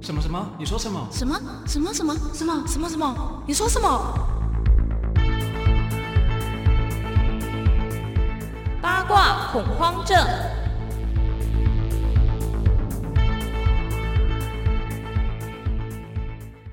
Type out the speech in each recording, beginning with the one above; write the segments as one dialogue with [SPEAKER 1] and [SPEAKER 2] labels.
[SPEAKER 1] 什么什么？你说什么？
[SPEAKER 2] 什么什么什么什么什么什么？你说什么？
[SPEAKER 3] 八卦恐慌症。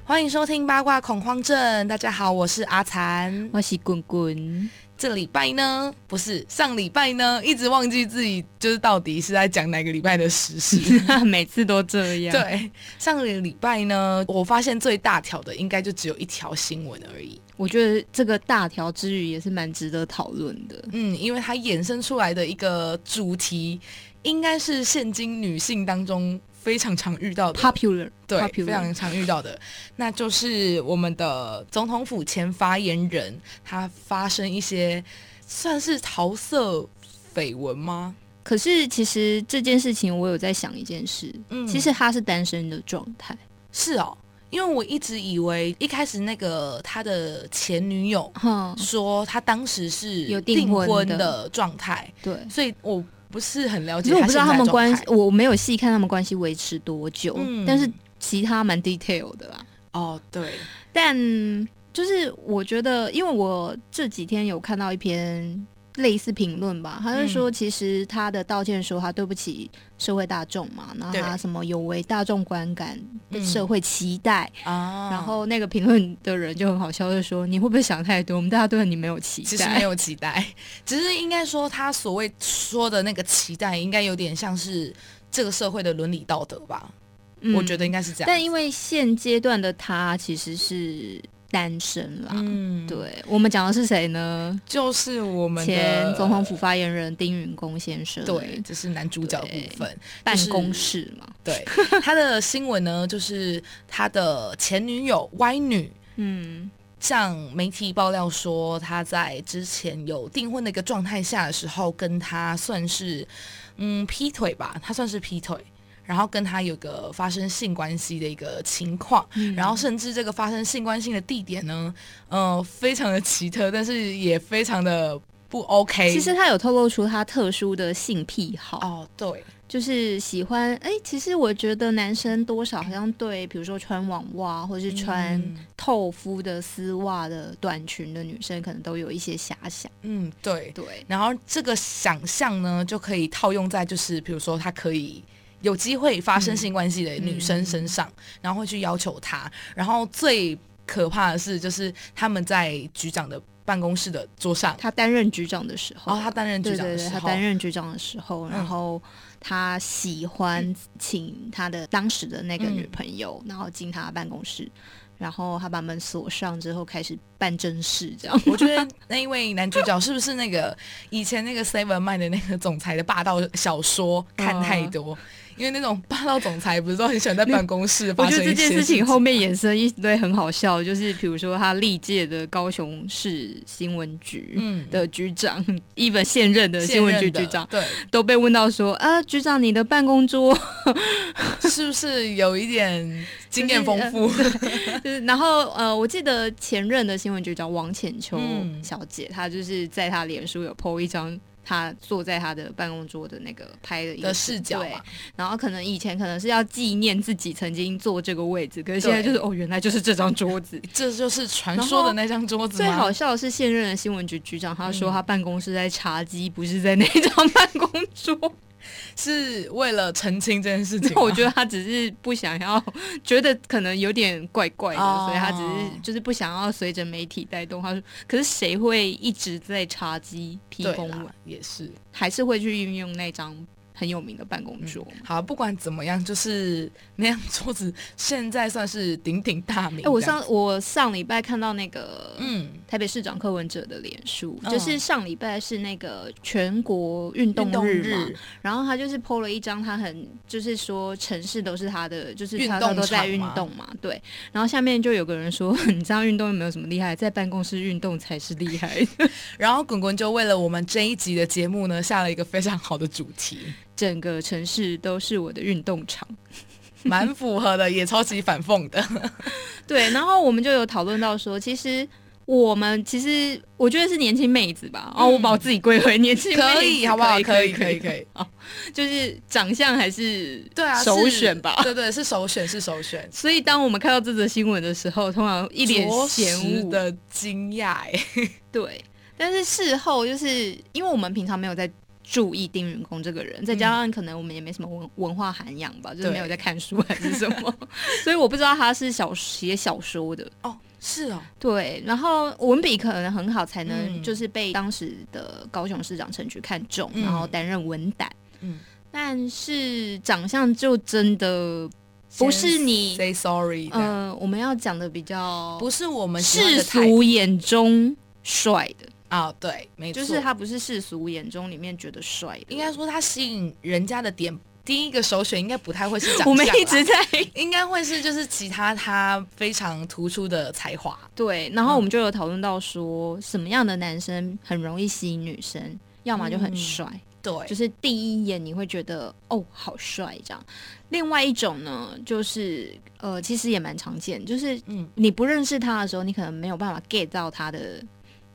[SPEAKER 2] 欢迎收听八卦恐慌症。大家好，我是阿残。
[SPEAKER 3] 我是滚滚，
[SPEAKER 2] 这礼拜呢，不是上礼拜呢，一直忘记自己就是到底是在讲哪个礼拜的 时事。
[SPEAKER 3] 每次都这样。，
[SPEAKER 2] 对，上个礼拜呢，我发现最大条的应该就只有一条新闻而已。
[SPEAKER 3] 我觉得这个大条之余也是蛮值得讨论的。
[SPEAKER 2] 嗯，因为它衍生出来的一个主题，应该是现今女性当中非常常遇到的
[SPEAKER 3] Popular，
[SPEAKER 2] 对
[SPEAKER 3] popular
[SPEAKER 2] 非常常遇到的，那就是我们的总统府前发言人，他发生一些算是桃色绯闻吗？
[SPEAKER 3] 可是其实这件事情，我有在想一件事，
[SPEAKER 2] 嗯
[SPEAKER 3] 其实他是单身的状态，
[SPEAKER 2] 是哦，因为我一直以为一开始那个他的前女友
[SPEAKER 3] 哈、
[SPEAKER 2] 说他当时是
[SPEAKER 3] 有订
[SPEAKER 2] 订
[SPEAKER 3] 婚的
[SPEAKER 2] 婚的状态，
[SPEAKER 3] 对。
[SPEAKER 2] 所以我不是很了
[SPEAKER 3] 可
[SPEAKER 2] 解。
[SPEAKER 3] 是我不知道他们关系
[SPEAKER 2] 系，
[SPEAKER 3] 我没有细看他们关系维持多久，
[SPEAKER 2] 嗯
[SPEAKER 3] 但是其他蛮 detail 的啦。
[SPEAKER 2] 哦，对，
[SPEAKER 3] 但就是我觉得，因为我这几天有看到一篇类似评论吧，他是说
[SPEAKER 2] 嗯
[SPEAKER 3] 其实他的道歉说他对不起社会大众嘛，然后
[SPEAKER 2] 对
[SPEAKER 3] 他什么有违大众观感、
[SPEAKER 2] 嗯
[SPEAKER 3] 社会期待，
[SPEAKER 2] 啊，
[SPEAKER 3] 然后那个评论的人就很好笑，就说你会不会想太多？我们大家对你没有期
[SPEAKER 2] 其实没
[SPEAKER 3] 待。
[SPEAKER 2] 有期待，只是应该说他所谓说的那个期待，应该有点像是这个社会的伦理道德吧？
[SPEAKER 3] 嗯
[SPEAKER 2] 我觉得应该是这样。
[SPEAKER 3] 但因为现阶段的他其实是单身啦。
[SPEAKER 2] 嗯，，
[SPEAKER 3] 对我们讲的是谁呢？
[SPEAKER 2] 就是我们的
[SPEAKER 3] 前总统府发言人丁允恭先生，
[SPEAKER 2] 对，，这是男主角的部分。
[SPEAKER 3] 办
[SPEAKER 2] 就是
[SPEAKER 3] 公室嘛，
[SPEAKER 2] 对，他的新闻呢，就是他的前女友歪女。
[SPEAKER 3] 嗯，
[SPEAKER 2] 向媒体爆料说，他在之前有订婚的一个状态下的时候，跟他算是嗯劈腿吧，他算是劈腿，然后跟他有个发生性关系的一个情况，
[SPEAKER 3] 嗯
[SPEAKER 2] 然后甚至这个发生性关系的地点呢，呃，非常的奇特，但是也非常的不 OK。
[SPEAKER 3] 其实他有透露出他特殊的性癖好，
[SPEAKER 2] 哦，对，
[SPEAKER 3] 就是喜欢。哎、其实我觉得男生多少好像对，比如说穿网袜或是穿
[SPEAKER 2] 嗯
[SPEAKER 3] 透肤的丝袜的短裙的女生，可能都有一些遐想。
[SPEAKER 2] 嗯，对，
[SPEAKER 3] 对，
[SPEAKER 2] 然后这个想象呢，就可以套用在就是比如说她可以。有机会发生性关系的女生身上，
[SPEAKER 3] 嗯
[SPEAKER 2] 然后会去要求她。然后最可怕的是，就是他们在局长的办公室的桌上，
[SPEAKER 3] 他担任局长的时候，
[SPEAKER 2] 然哦后他担任局
[SPEAKER 3] 对
[SPEAKER 2] 长嗯
[SPEAKER 3] 对
[SPEAKER 2] 的
[SPEAKER 3] 对，
[SPEAKER 2] 时
[SPEAKER 3] 他
[SPEAKER 2] 候，
[SPEAKER 3] 担任局长的时候，然后他喜欢请他的当时的那个
[SPEAKER 2] 嗯
[SPEAKER 3] 女朋友，然后进他的办公室，然后他把门锁上之后，开始办正事，这样。
[SPEAKER 2] 我觉得那一位男主角是不是那个以前那个 Seven 卖的那个总裁的霸道小说看太
[SPEAKER 3] 嗯
[SPEAKER 2] 多？因为那种霸道总裁不是都很喜欢在办公室
[SPEAKER 3] 我
[SPEAKER 2] 发
[SPEAKER 3] 觉
[SPEAKER 2] 生
[SPEAKER 3] 得
[SPEAKER 2] 一
[SPEAKER 3] 这
[SPEAKER 2] 些
[SPEAKER 3] 件事情
[SPEAKER 2] 情
[SPEAKER 3] 后面衍生一堆很好笑，就是比如说他历届的高雄市新闻局
[SPEAKER 2] 嗯
[SPEAKER 3] 的局长、一 e 现任的新
[SPEAKER 2] 现
[SPEAKER 3] 闻
[SPEAKER 2] 任
[SPEAKER 3] 局
[SPEAKER 2] 的
[SPEAKER 3] 局长
[SPEAKER 2] 对，
[SPEAKER 3] 都被问到说啊，局长你的办公 桌
[SPEAKER 2] 是不是有一点经验丰富？
[SPEAKER 3] 就是，呃然后呃，我记得前任的新闻局长王浅秋
[SPEAKER 2] 嗯
[SPEAKER 3] 小姐，她就是在她脸书有 po 一张。她坐在她的办公桌的那个拍的一个
[SPEAKER 2] 的视角
[SPEAKER 3] 对
[SPEAKER 2] 嘛，
[SPEAKER 3] 然后可能以前可能是要纪念自己曾经坐这个位置，可是现在
[SPEAKER 2] 对
[SPEAKER 3] 就是哦，原来就是这张桌子，
[SPEAKER 2] 这就是传说的那张桌子
[SPEAKER 3] 最
[SPEAKER 2] 嗯吗？嗯
[SPEAKER 3] 好笑的是现任的新闻局局长，他说他办公室在茶几，不是在那张办公 桌。
[SPEAKER 2] 是为了澄清这件事情吗。
[SPEAKER 3] 那我觉得他只是不想要，觉得可能有点怪怪的，
[SPEAKER 2] 哦
[SPEAKER 3] 所以他只是就是不想要随着媒体带动。他说，可是谁会一直在茶几披
[SPEAKER 2] 对
[SPEAKER 3] 风啊
[SPEAKER 2] 啦
[SPEAKER 3] 文，
[SPEAKER 2] 也是。
[SPEAKER 3] 还是会去运用那张很有名的办公桌？
[SPEAKER 2] 好，不管怎么样，就是那张桌子现在算是鼎鼎大名
[SPEAKER 3] 哎、
[SPEAKER 2] 这样。
[SPEAKER 3] 我上我上礼拜看到那个，
[SPEAKER 2] 嗯，
[SPEAKER 3] 台北市长柯文哲的脸书，
[SPEAKER 2] 嗯
[SPEAKER 3] 就是上礼拜是那个全国运动
[SPEAKER 2] 运动
[SPEAKER 3] 日嘛，
[SPEAKER 2] 日
[SPEAKER 3] 然后他就是 PO 了一张，他很就是说城市都是他的，就是
[SPEAKER 2] 运
[SPEAKER 3] 他
[SPEAKER 2] 动
[SPEAKER 3] 都在
[SPEAKER 2] 场
[SPEAKER 3] 运
[SPEAKER 2] 嘛
[SPEAKER 3] 动嘛，对。然后下面就有个人说，你这样运动又没有什么厉害，在办公室运动才是厉害 的。
[SPEAKER 2] 然后滚滚就为了我们这一集的节目呢，下了一个非常好的主 题，
[SPEAKER 3] 整个城市都是我的运动场。
[SPEAKER 2] 蛮符合的，也超级反讽的。
[SPEAKER 3] 对，然后我们就有讨论到说，其实。我们其实我觉得是年轻妹子吧，哦，我把我自己归为年轻妹子，
[SPEAKER 2] 嗯可以好不 好？
[SPEAKER 3] 可
[SPEAKER 2] 以，可
[SPEAKER 3] 以，
[SPEAKER 2] 可以。
[SPEAKER 3] 哦，就是长相还是
[SPEAKER 2] 对啊，
[SPEAKER 3] 首选吧。
[SPEAKER 2] 对对，是首选，是首选。
[SPEAKER 3] 所以当我们看到这则新闻的时候，通常一脸嫌恶
[SPEAKER 2] 的惊讶、欸。
[SPEAKER 3] 对，但是事后就是因为我们平常没有在。注意丁允恭这个人，再
[SPEAKER 2] 嗯
[SPEAKER 3] 加上可能我们也没什么文文化涵养吧，嗯、就是没有在看书还是什么， 所以我不知道他是小写小说的
[SPEAKER 2] 哦，是 哦，
[SPEAKER 3] 对，然后文笔可能很好，才
[SPEAKER 2] 嗯
[SPEAKER 3] 能就是被当时的高雄市长陈菊看中，嗯、然后担任文胆，嗯，但是长相就真的。不是你
[SPEAKER 2] ，say sorry，
[SPEAKER 3] 嗯、呃，我们要讲的比较
[SPEAKER 2] 不是我们
[SPEAKER 3] 世俗眼中帅的。
[SPEAKER 2] 啊、哦，对，没
[SPEAKER 3] 错，就是他不是世俗眼中里面觉得帅的，
[SPEAKER 2] 应该说他吸引人家的点，第一个首选应该不太会是长相，
[SPEAKER 3] 我们一直在，
[SPEAKER 2] 应该会是就是其他他非常突出的才华。
[SPEAKER 3] 对，然后我们就有讨论到说，嗯、什么样的男生很容易吸引女生，要么就很帅，嗯、
[SPEAKER 2] 对，
[SPEAKER 3] 就是第一眼你会觉得哦好帅这样。另外一种呢，就是呃，其实也蛮常见，就是嗯，你不认识他的时候，你可能没有办法 get 到他的。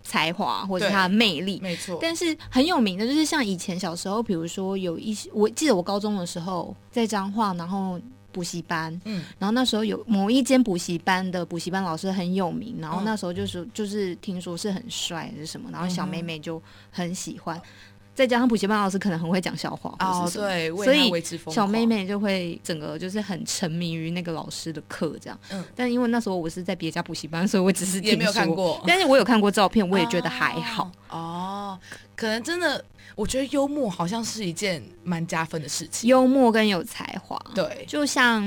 [SPEAKER 3] 才华或者他的魅力，
[SPEAKER 2] 没错。
[SPEAKER 3] 但是很有名的就是像以前小时候，比如说有一些，我记得我高中的时候在彰化，然后补习班，嗯，然后那时候有某一间补习班的补习班老师很有名，然后那时候就是、嗯、就是听说是很帅还是什么，然后小妹妹就很喜欢。嗯再加上补习班老师可能很会讲笑话，
[SPEAKER 2] 哦，
[SPEAKER 3] 对，
[SPEAKER 2] 为
[SPEAKER 3] 所以小妹妹就会整个就是很沉迷于那个老师的课这样。嗯，但因为那时候我是在别家补习班，所以我只是
[SPEAKER 2] 也没有看过，啊
[SPEAKER 3] 但是我有看过照片，我也觉得还好。
[SPEAKER 2] 哦,哦，可能真的，我觉得幽默好像是一件蛮加分的事情，
[SPEAKER 3] 幽默跟有才华。
[SPEAKER 2] 对，
[SPEAKER 3] 就像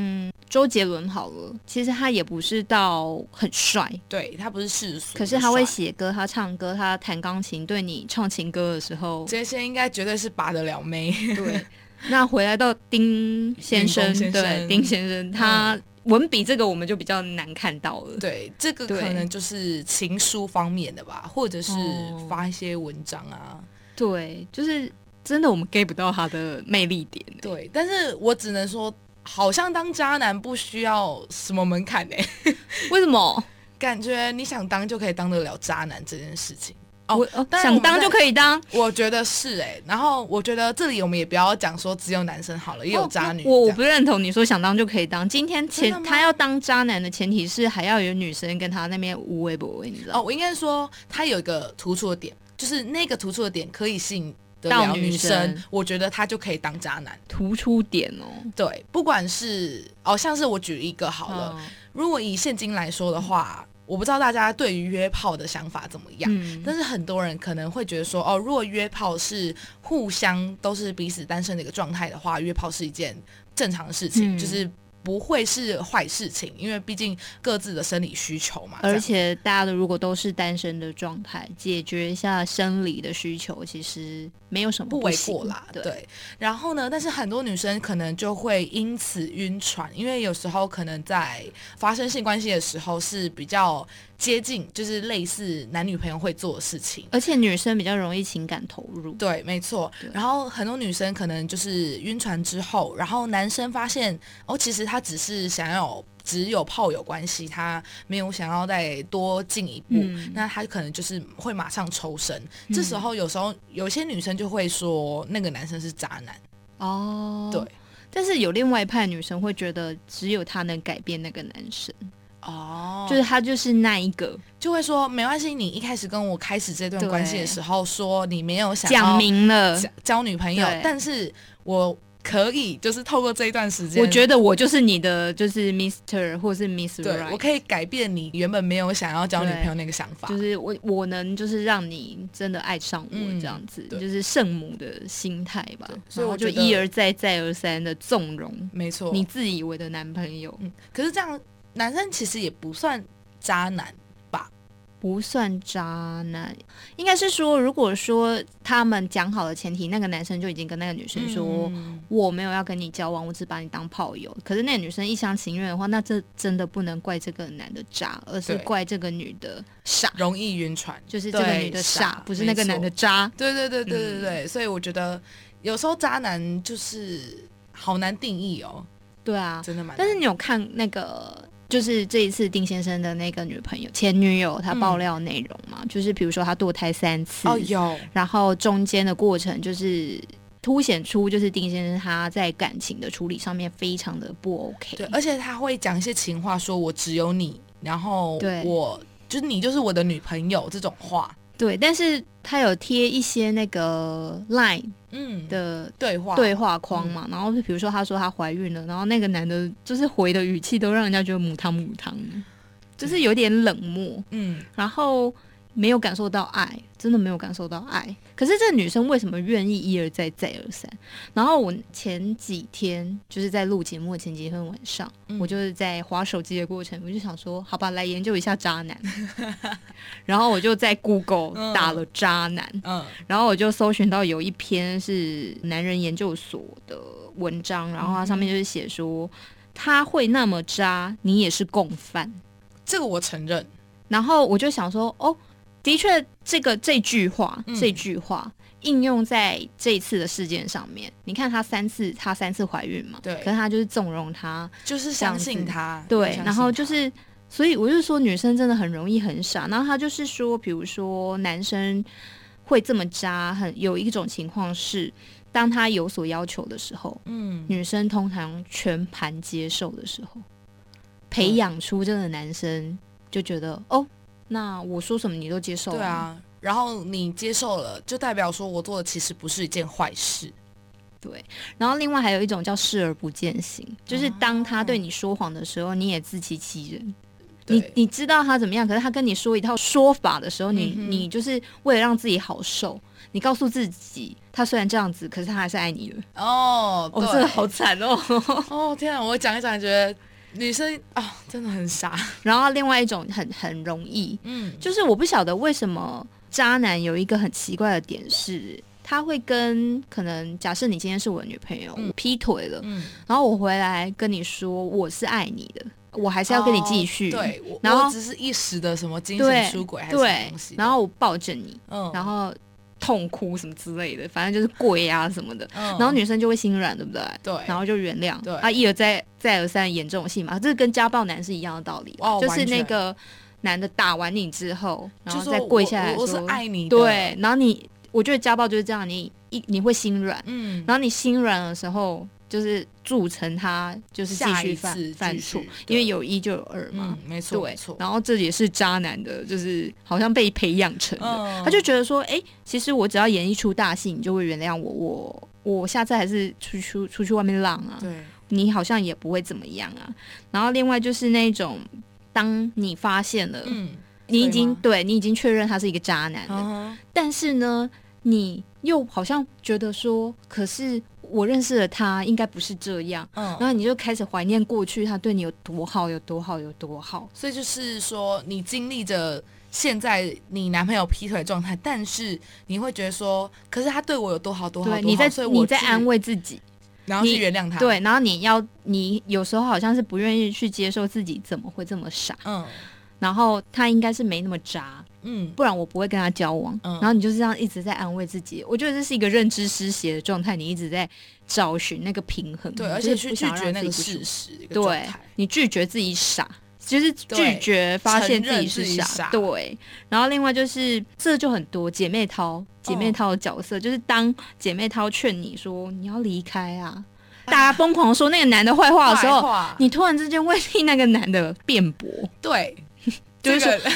[SPEAKER 3] 周杰伦好了，其实他也不是到很帅，
[SPEAKER 2] 对他不是世俗，
[SPEAKER 3] 可是他会写歌，他唱歌，他弹钢琴，对你唱情歌的时候，
[SPEAKER 2] 这些。应该绝对是拔得了妹。
[SPEAKER 3] 对，那回来到丁先生，嗯
[SPEAKER 2] 先生
[SPEAKER 3] 对丁先生，他文笔这个我们就比较难看到了。
[SPEAKER 2] 对，这个可能就是情书方面的吧，或者是
[SPEAKER 3] 哦
[SPEAKER 2] 发一些文章啊。
[SPEAKER 3] 对，就是真的我们 get 不到他的魅力点、欸。
[SPEAKER 2] 对，但是我只能说，好像当渣男不需要什么门槛呢、欸？
[SPEAKER 3] 为什么？
[SPEAKER 2] 感觉你想当就可以当得了渣男这件事情。
[SPEAKER 3] 哦，想当就可以当，
[SPEAKER 2] 我觉得是哎、欸。然后我觉得这里我们也不要讲说只有男生好了，也有渣女、哦。
[SPEAKER 3] 我我不认同你说想当就可以当。今天前他要当渣男的前提是还要有女生跟他那边无微不微，你知道？
[SPEAKER 2] 哦，我应该说他有一个突出的点，就是那个突出的点可以吸引得
[SPEAKER 3] 了生，
[SPEAKER 2] 女
[SPEAKER 3] 女
[SPEAKER 2] 生我觉得他就可以当渣男。
[SPEAKER 3] 突出点哦，
[SPEAKER 2] 对，不管是哦，像是我举一个好了，哦、如果以现今来说的话。我不知道大家对于约炮的想法怎么样，嗯、但是很多人可能会觉得说，哦，如果约炮是互相都是彼此单身的一个状态的话，约炮是一件正常的事情，嗯、就是不会是坏事情，因为毕竟各自的生理需求嘛。
[SPEAKER 3] 而且大家的如果都是单身的状态，解决一下生理的需求，其实没有什么
[SPEAKER 2] 不
[SPEAKER 3] 为
[SPEAKER 2] 过啦。對,对。然后呢，但是很多女生可能就会因此晕船，因为有时候可能在发生性关系的时候是比较。接近就是类似男女朋友会做的事情，
[SPEAKER 3] 而且女生比较容易情感投入。
[SPEAKER 2] 对，没错。然后很多女生可能就是晕船之后，然后男生发现哦，其实他只是想要只有炮友关系，他没有想要再多进一步，嗯、那他可能就是会马上抽身。嗯、这时候有时候有些女生就会说那个男生是渣男。
[SPEAKER 3] 哦，
[SPEAKER 2] 对。
[SPEAKER 3] 但是有另外一派女生会觉得只有他能改变那个男生。
[SPEAKER 2] 哦
[SPEAKER 3] ，oh, 就是他就是那一个，
[SPEAKER 2] 就会说没关系。你一开始跟我开始这段关系的时候，说你没有想
[SPEAKER 3] 讲明了
[SPEAKER 2] 交女朋友，但是我可以就是透过这一段时间，
[SPEAKER 3] 我觉得我就是你的就是 Mister 或是 Miss，
[SPEAKER 2] 对我可以改变你原本没有想要交女朋友那个想法，
[SPEAKER 3] 就是我我能就是让你真的爱上我这样子，嗯、就是圣母的心态吧。
[SPEAKER 2] 所以我哦
[SPEAKER 3] 就一而再再而三的纵容，
[SPEAKER 2] 没错，
[SPEAKER 3] 你自以为的男朋友，
[SPEAKER 2] 嗯，可是这样。男生其实也不算渣男吧，
[SPEAKER 3] 不算渣男，应该是说，如果说他们讲好的前提，那个男生就已经跟那个女生说，嗯、我没有要跟你交往，我只把你当炮友。可是那个女生一厢情愿的话，那这真的不能怪这个男的渣，而是怪这个女的傻，
[SPEAKER 2] 容易晕船，
[SPEAKER 3] 就是这个女的傻，不是那个男的渣。
[SPEAKER 2] 对对对对对对，嗯、所以我觉得有时候渣男就是好难定义哦。
[SPEAKER 3] 对啊，
[SPEAKER 2] 真的蛮。
[SPEAKER 3] 但是你有看那个？就是这一次丁先生的那个女朋友前女友，她爆料内容嘛，就是比如说她堕胎三次，
[SPEAKER 2] 嗯哦，有，
[SPEAKER 3] 然后中间的过程就是凸显出就是丁先生他在感情的处理上面非常的不 OK，
[SPEAKER 2] 对，而且他会讲一些情话，说我只有你，然后
[SPEAKER 3] 对
[SPEAKER 2] 我就是你就是我的女朋友这种话，
[SPEAKER 3] 对但是他有贴一些那个 Line
[SPEAKER 2] 嗯，
[SPEAKER 3] 的。
[SPEAKER 2] 对话，
[SPEAKER 3] 对话框
[SPEAKER 2] 嗯
[SPEAKER 3] 嘛，然后就比如说她说她怀孕了，然后那个男的就是回的语气都让人家觉得母汤母汤的，就是有点冷漠，
[SPEAKER 2] 嗯，
[SPEAKER 3] 然后没有感受到爱，真的没有感受到爱。可是这女生为什么愿意一而再再而三？然后我前几天就是在录节目的前几天晚上，
[SPEAKER 2] 嗯
[SPEAKER 3] 我就是在划手机的过程，我就想说，好吧，来研究一下渣男。 然后我就在 Google
[SPEAKER 2] 嗯
[SPEAKER 3] 打了渣男，
[SPEAKER 2] 嗯
[SPEAKER 3] 然后我就搜寻到有一篇是男人研究所的文章，然后它上面就是写说。他会那么渣，你也是共犯。
[SPEAKER 2] 这个我承认，
[SPEAKER 3] 然后我就想说，哦，的确，这个这句话，
[SPEAKER 2] 嗯
[SPEAKER 3] 这句话应用在这一次的事件上面。你看，她三次，她三次怀孕嘛，
[SPEAKER 2] 对
[SPEAKER 3] 可是她就是纵容她，
[SPEAKER 2] 就是
[SPEAKER 3] 这
[SPEAKER 2] 相
[SPEAKER 3] 样
[SPEAKER 2] 信
[SPEAKER 3] 子
[SPEAKER 2] 他，
[SPEAKER 3] 对
[SPEAKER 2] 相，信
[SPEAKER 3] 然后
[SPEAKER 2] 他
[SPEAKER 3] 就是。所以我就说，女生真的很容易很傻。然后她就是说，比如说男生会这么渣，很有一种情况是，当他有所要求的时候，
[SPEAKER 2] 嗯，
[SPEAKER 3] 女生通常全盘接受的时候，
[SPEAKER 2] 嗯
[SPEAKER 3] 培养出这个男生就觉得哦，那我说什么你都接受、
[SPEAKER 2] 对，啊，然后你接受了，就代表说我做的其实不是一件坏事，
[SPEAKER 3] 对。然后另外还有一种叫视而不见型，就是当他
[SPEAKER 2] 哦
[SPEAKER 3] 对你说谎的时候，你也自欺欺人。你
[SPEAKER 2] 对，
[SPEAKER 3] 你知道他怎么样，可是他跟你说一套说法的时候，你、
[SPEAKER 2] 嗯哼
[SPEAKER 3] 你就是为了让自己好受，你告诉自己，他虽然这样子，可是他还是爱你的。
[SPEAKER 2] 哦，
[SPEAKER 3] 哦，
[SPEAKER 2] 对
[SPEAKER 3] 真的好惨哦。
[SPEAKER 2] 哦，天啊！我讲一讲，觉得女生啊、真的很傻。
[SPEAKER 3] 然后另外一种很很容易，
[SPEAKER 2] 嗯，
[SPEAKER 3] 就是我不晓得为什么渣男有一个很奇怪的点是，他会跟可能假设你今天是我的女朋友，
[SPEAKER 2] 嗯
[SPEAKER 3] 我劈腿了，
[SPEAKER 2] 嗯，
[SPEAKER 3] 然后我回来跟你说我是爱你的，我还是要跟你继续，
[SPEAKER 2] 哦对，我
[SPEAKER 3] 然后
[SPEAKER 2] 我只是一时的什么精
[SPEAKER 3] 对
[SPEAKER 2] 神出轨还是什么
[SPEAKER 3] 对
[SPEAKER 2] 东西，的，
[SPEAKER 3] 然后我抱着你，
[SPEAKER 2] 嗯，
[SPEAKER 3] 然后痛哭什么之类的，反正就是跪啊什么的，
[SPEAKER 2] 嗯，
[SPEAKER 3] 然后女生就会心软，对不对？
[SPEAKER 2] 对，
[SPEAKER 3] 然后就原谅，
[SPEAKER 2] 对
[SPEAKER 3] 啊，一而再，再而三演这种戏嘛，这跟家暴男是一样的道理啦，
[SPEAKER 2] 哦
[SPEAKER 3] 就是
[SPEAKER 2] 完全
[SPEAKER 3] 那个男的打完你之后，然
[SPEAKER 2] 就
[SPEAKER 3] 后
[SPEAKER 2] 说
[SPEAKER 3] 再跪下来
[SPEAKER 2] 我我我是
[SPEAKER 3] 说
[SPEAKER 2] 爱你的，，
[SPEAKER 3] 对，然后你，我觉得家暴就是这样，你一你会心软，
[SPEAKER 2] 嗯，
[SPEAKER 3] 然后你心软的时候，就是铸成他就是继
[SPEAKER 2] 下
[SPEAKER 3] 续
[SPEAKER 2] 一
[SPEAKER 3] 犯
[SPEAKER 2] 次
[SPEAKER 3] 犯
[SPEAKER 2] 继
[SPEAKER 3] 错
[SPEAKER 2] 续，
[SPEAKER 3] 因为
[SPEAKER 2] 对
[SPEAKER 3] 有一就有二嘛
[SPEAKER 2] 嗯，，没错，
[SPEAKER 3] 对
[SPEAKER 2] 没错，。
[SPEAKER 3] 然后这也是渣男的，就是好像被培养成的，
[SPEAKER 2] 嗯
[SPEAKER 3] 他就觉得说，哎、其实我只要演一出大戏，你就会原谅我，我我下次还是出去出去外面浪啊，
[SPEAKER 2] 对，
[SPEAKER 3] 你好像也不会怎么样啊。然后另外就是那种。当你发现了，
[SPEAKER 2] 嗯，
[SPEAKER 3] 你已经
[SPEAKER 2] 对吗
[SPEAKER 3] 对哦你已经确认他是一个渣男了，
[SPEAKER 2] 嗯
[SPEAKER 3] 但是呢，你又好像觉得说，可是我认识了他，应该不是这样。然
[SPEAKER 2] 嗯，
[SPEAKER 3] 后你就开始怀念过去，他对你有多好，有多好，有多好。
[SPEAKER 2] 所以就是说，你经历着现在你男朋友劈腿的状态，但是你会觉得说，可是他对我有多好多好，
[SPEAKER 3] 对，
[SPEAKER 2] 多
[SPEAKER 3] 你
[SPEAKER 2] 好
[SPEAKER 3] 在
[SPEAKER 2] 所以我
[SPEAKER 3] 你在
[SPEAKER 2] 去
[SPEAKER 3] 安，慰自己，
[SPEAKER 2] 然后去
[SPEAKER 3] 你
[SPEAKER 2] 原谅他，，
[SPEAKER 3] 对，然后你要你有时候好像是不愿意去接受自己怎么会这么傻，
[SPEAKER 2] 嗯
[SPEAKER 3] 然后他应该是没那么渣，
[SPEAKER 2] 嗯，
[SPEAKER 3] 不然我不会跟他交往。
[SPEAKER 2] 嗯
[SPEAKER 3] 然后你就是这样一直在安慰自己，我觉得这是一个认知失协的状态，你一直在找寻那个平衡，
[SPEAKER 2] 对，
[SPEAKER 3] 你
[SPEAKER 2] 而
[SPEAKER 3] 嗯就
[SPEAKER 2] 且
[SPEAKER 3] 是
[SPEAKER 2] 去
[SPEAKER 3] 不
[SPEAKER 2] 拒
[SPEAKER 3] 想
[SPEAKER 2] 绝
[SPEAKER 3] 让
[SPEAKER 2] 那
[SPEAKER 3] 自
[SPEAKER 2] 个
[SPEAKER 3] 己不舒
[SPEAKER 2] 事实一个状
[SPEAKER 3] 对
[SPEAKER 2] 态。
[SPEAKER 3] 你拒绝自己傻，就是拒
[SPEAKER 2] 对
[SPEAKER 3] 绝发现自己是
[SPEAKER 2] 承认自己
[SPEAKER 3] 傻，
[SPEAKER 2] 傻
[SPEAKER 3] 对。然后另外就是这就很多姐妹淘，姐妹淘的角
[SPEAKER 2] 嗯
[SPEAKER 3] 色、就是当姐妹淘劝你说你要离开啊，大家疯狂说那个男的坏话的时候，
[SPEAKER 2] 哎话
[SPEAKER 3] 你突然之间会替那个男的辩驳。
[SPEAKER 2] 对，
[SPEAKER 3] 就是
[SPEAKER 2] 这个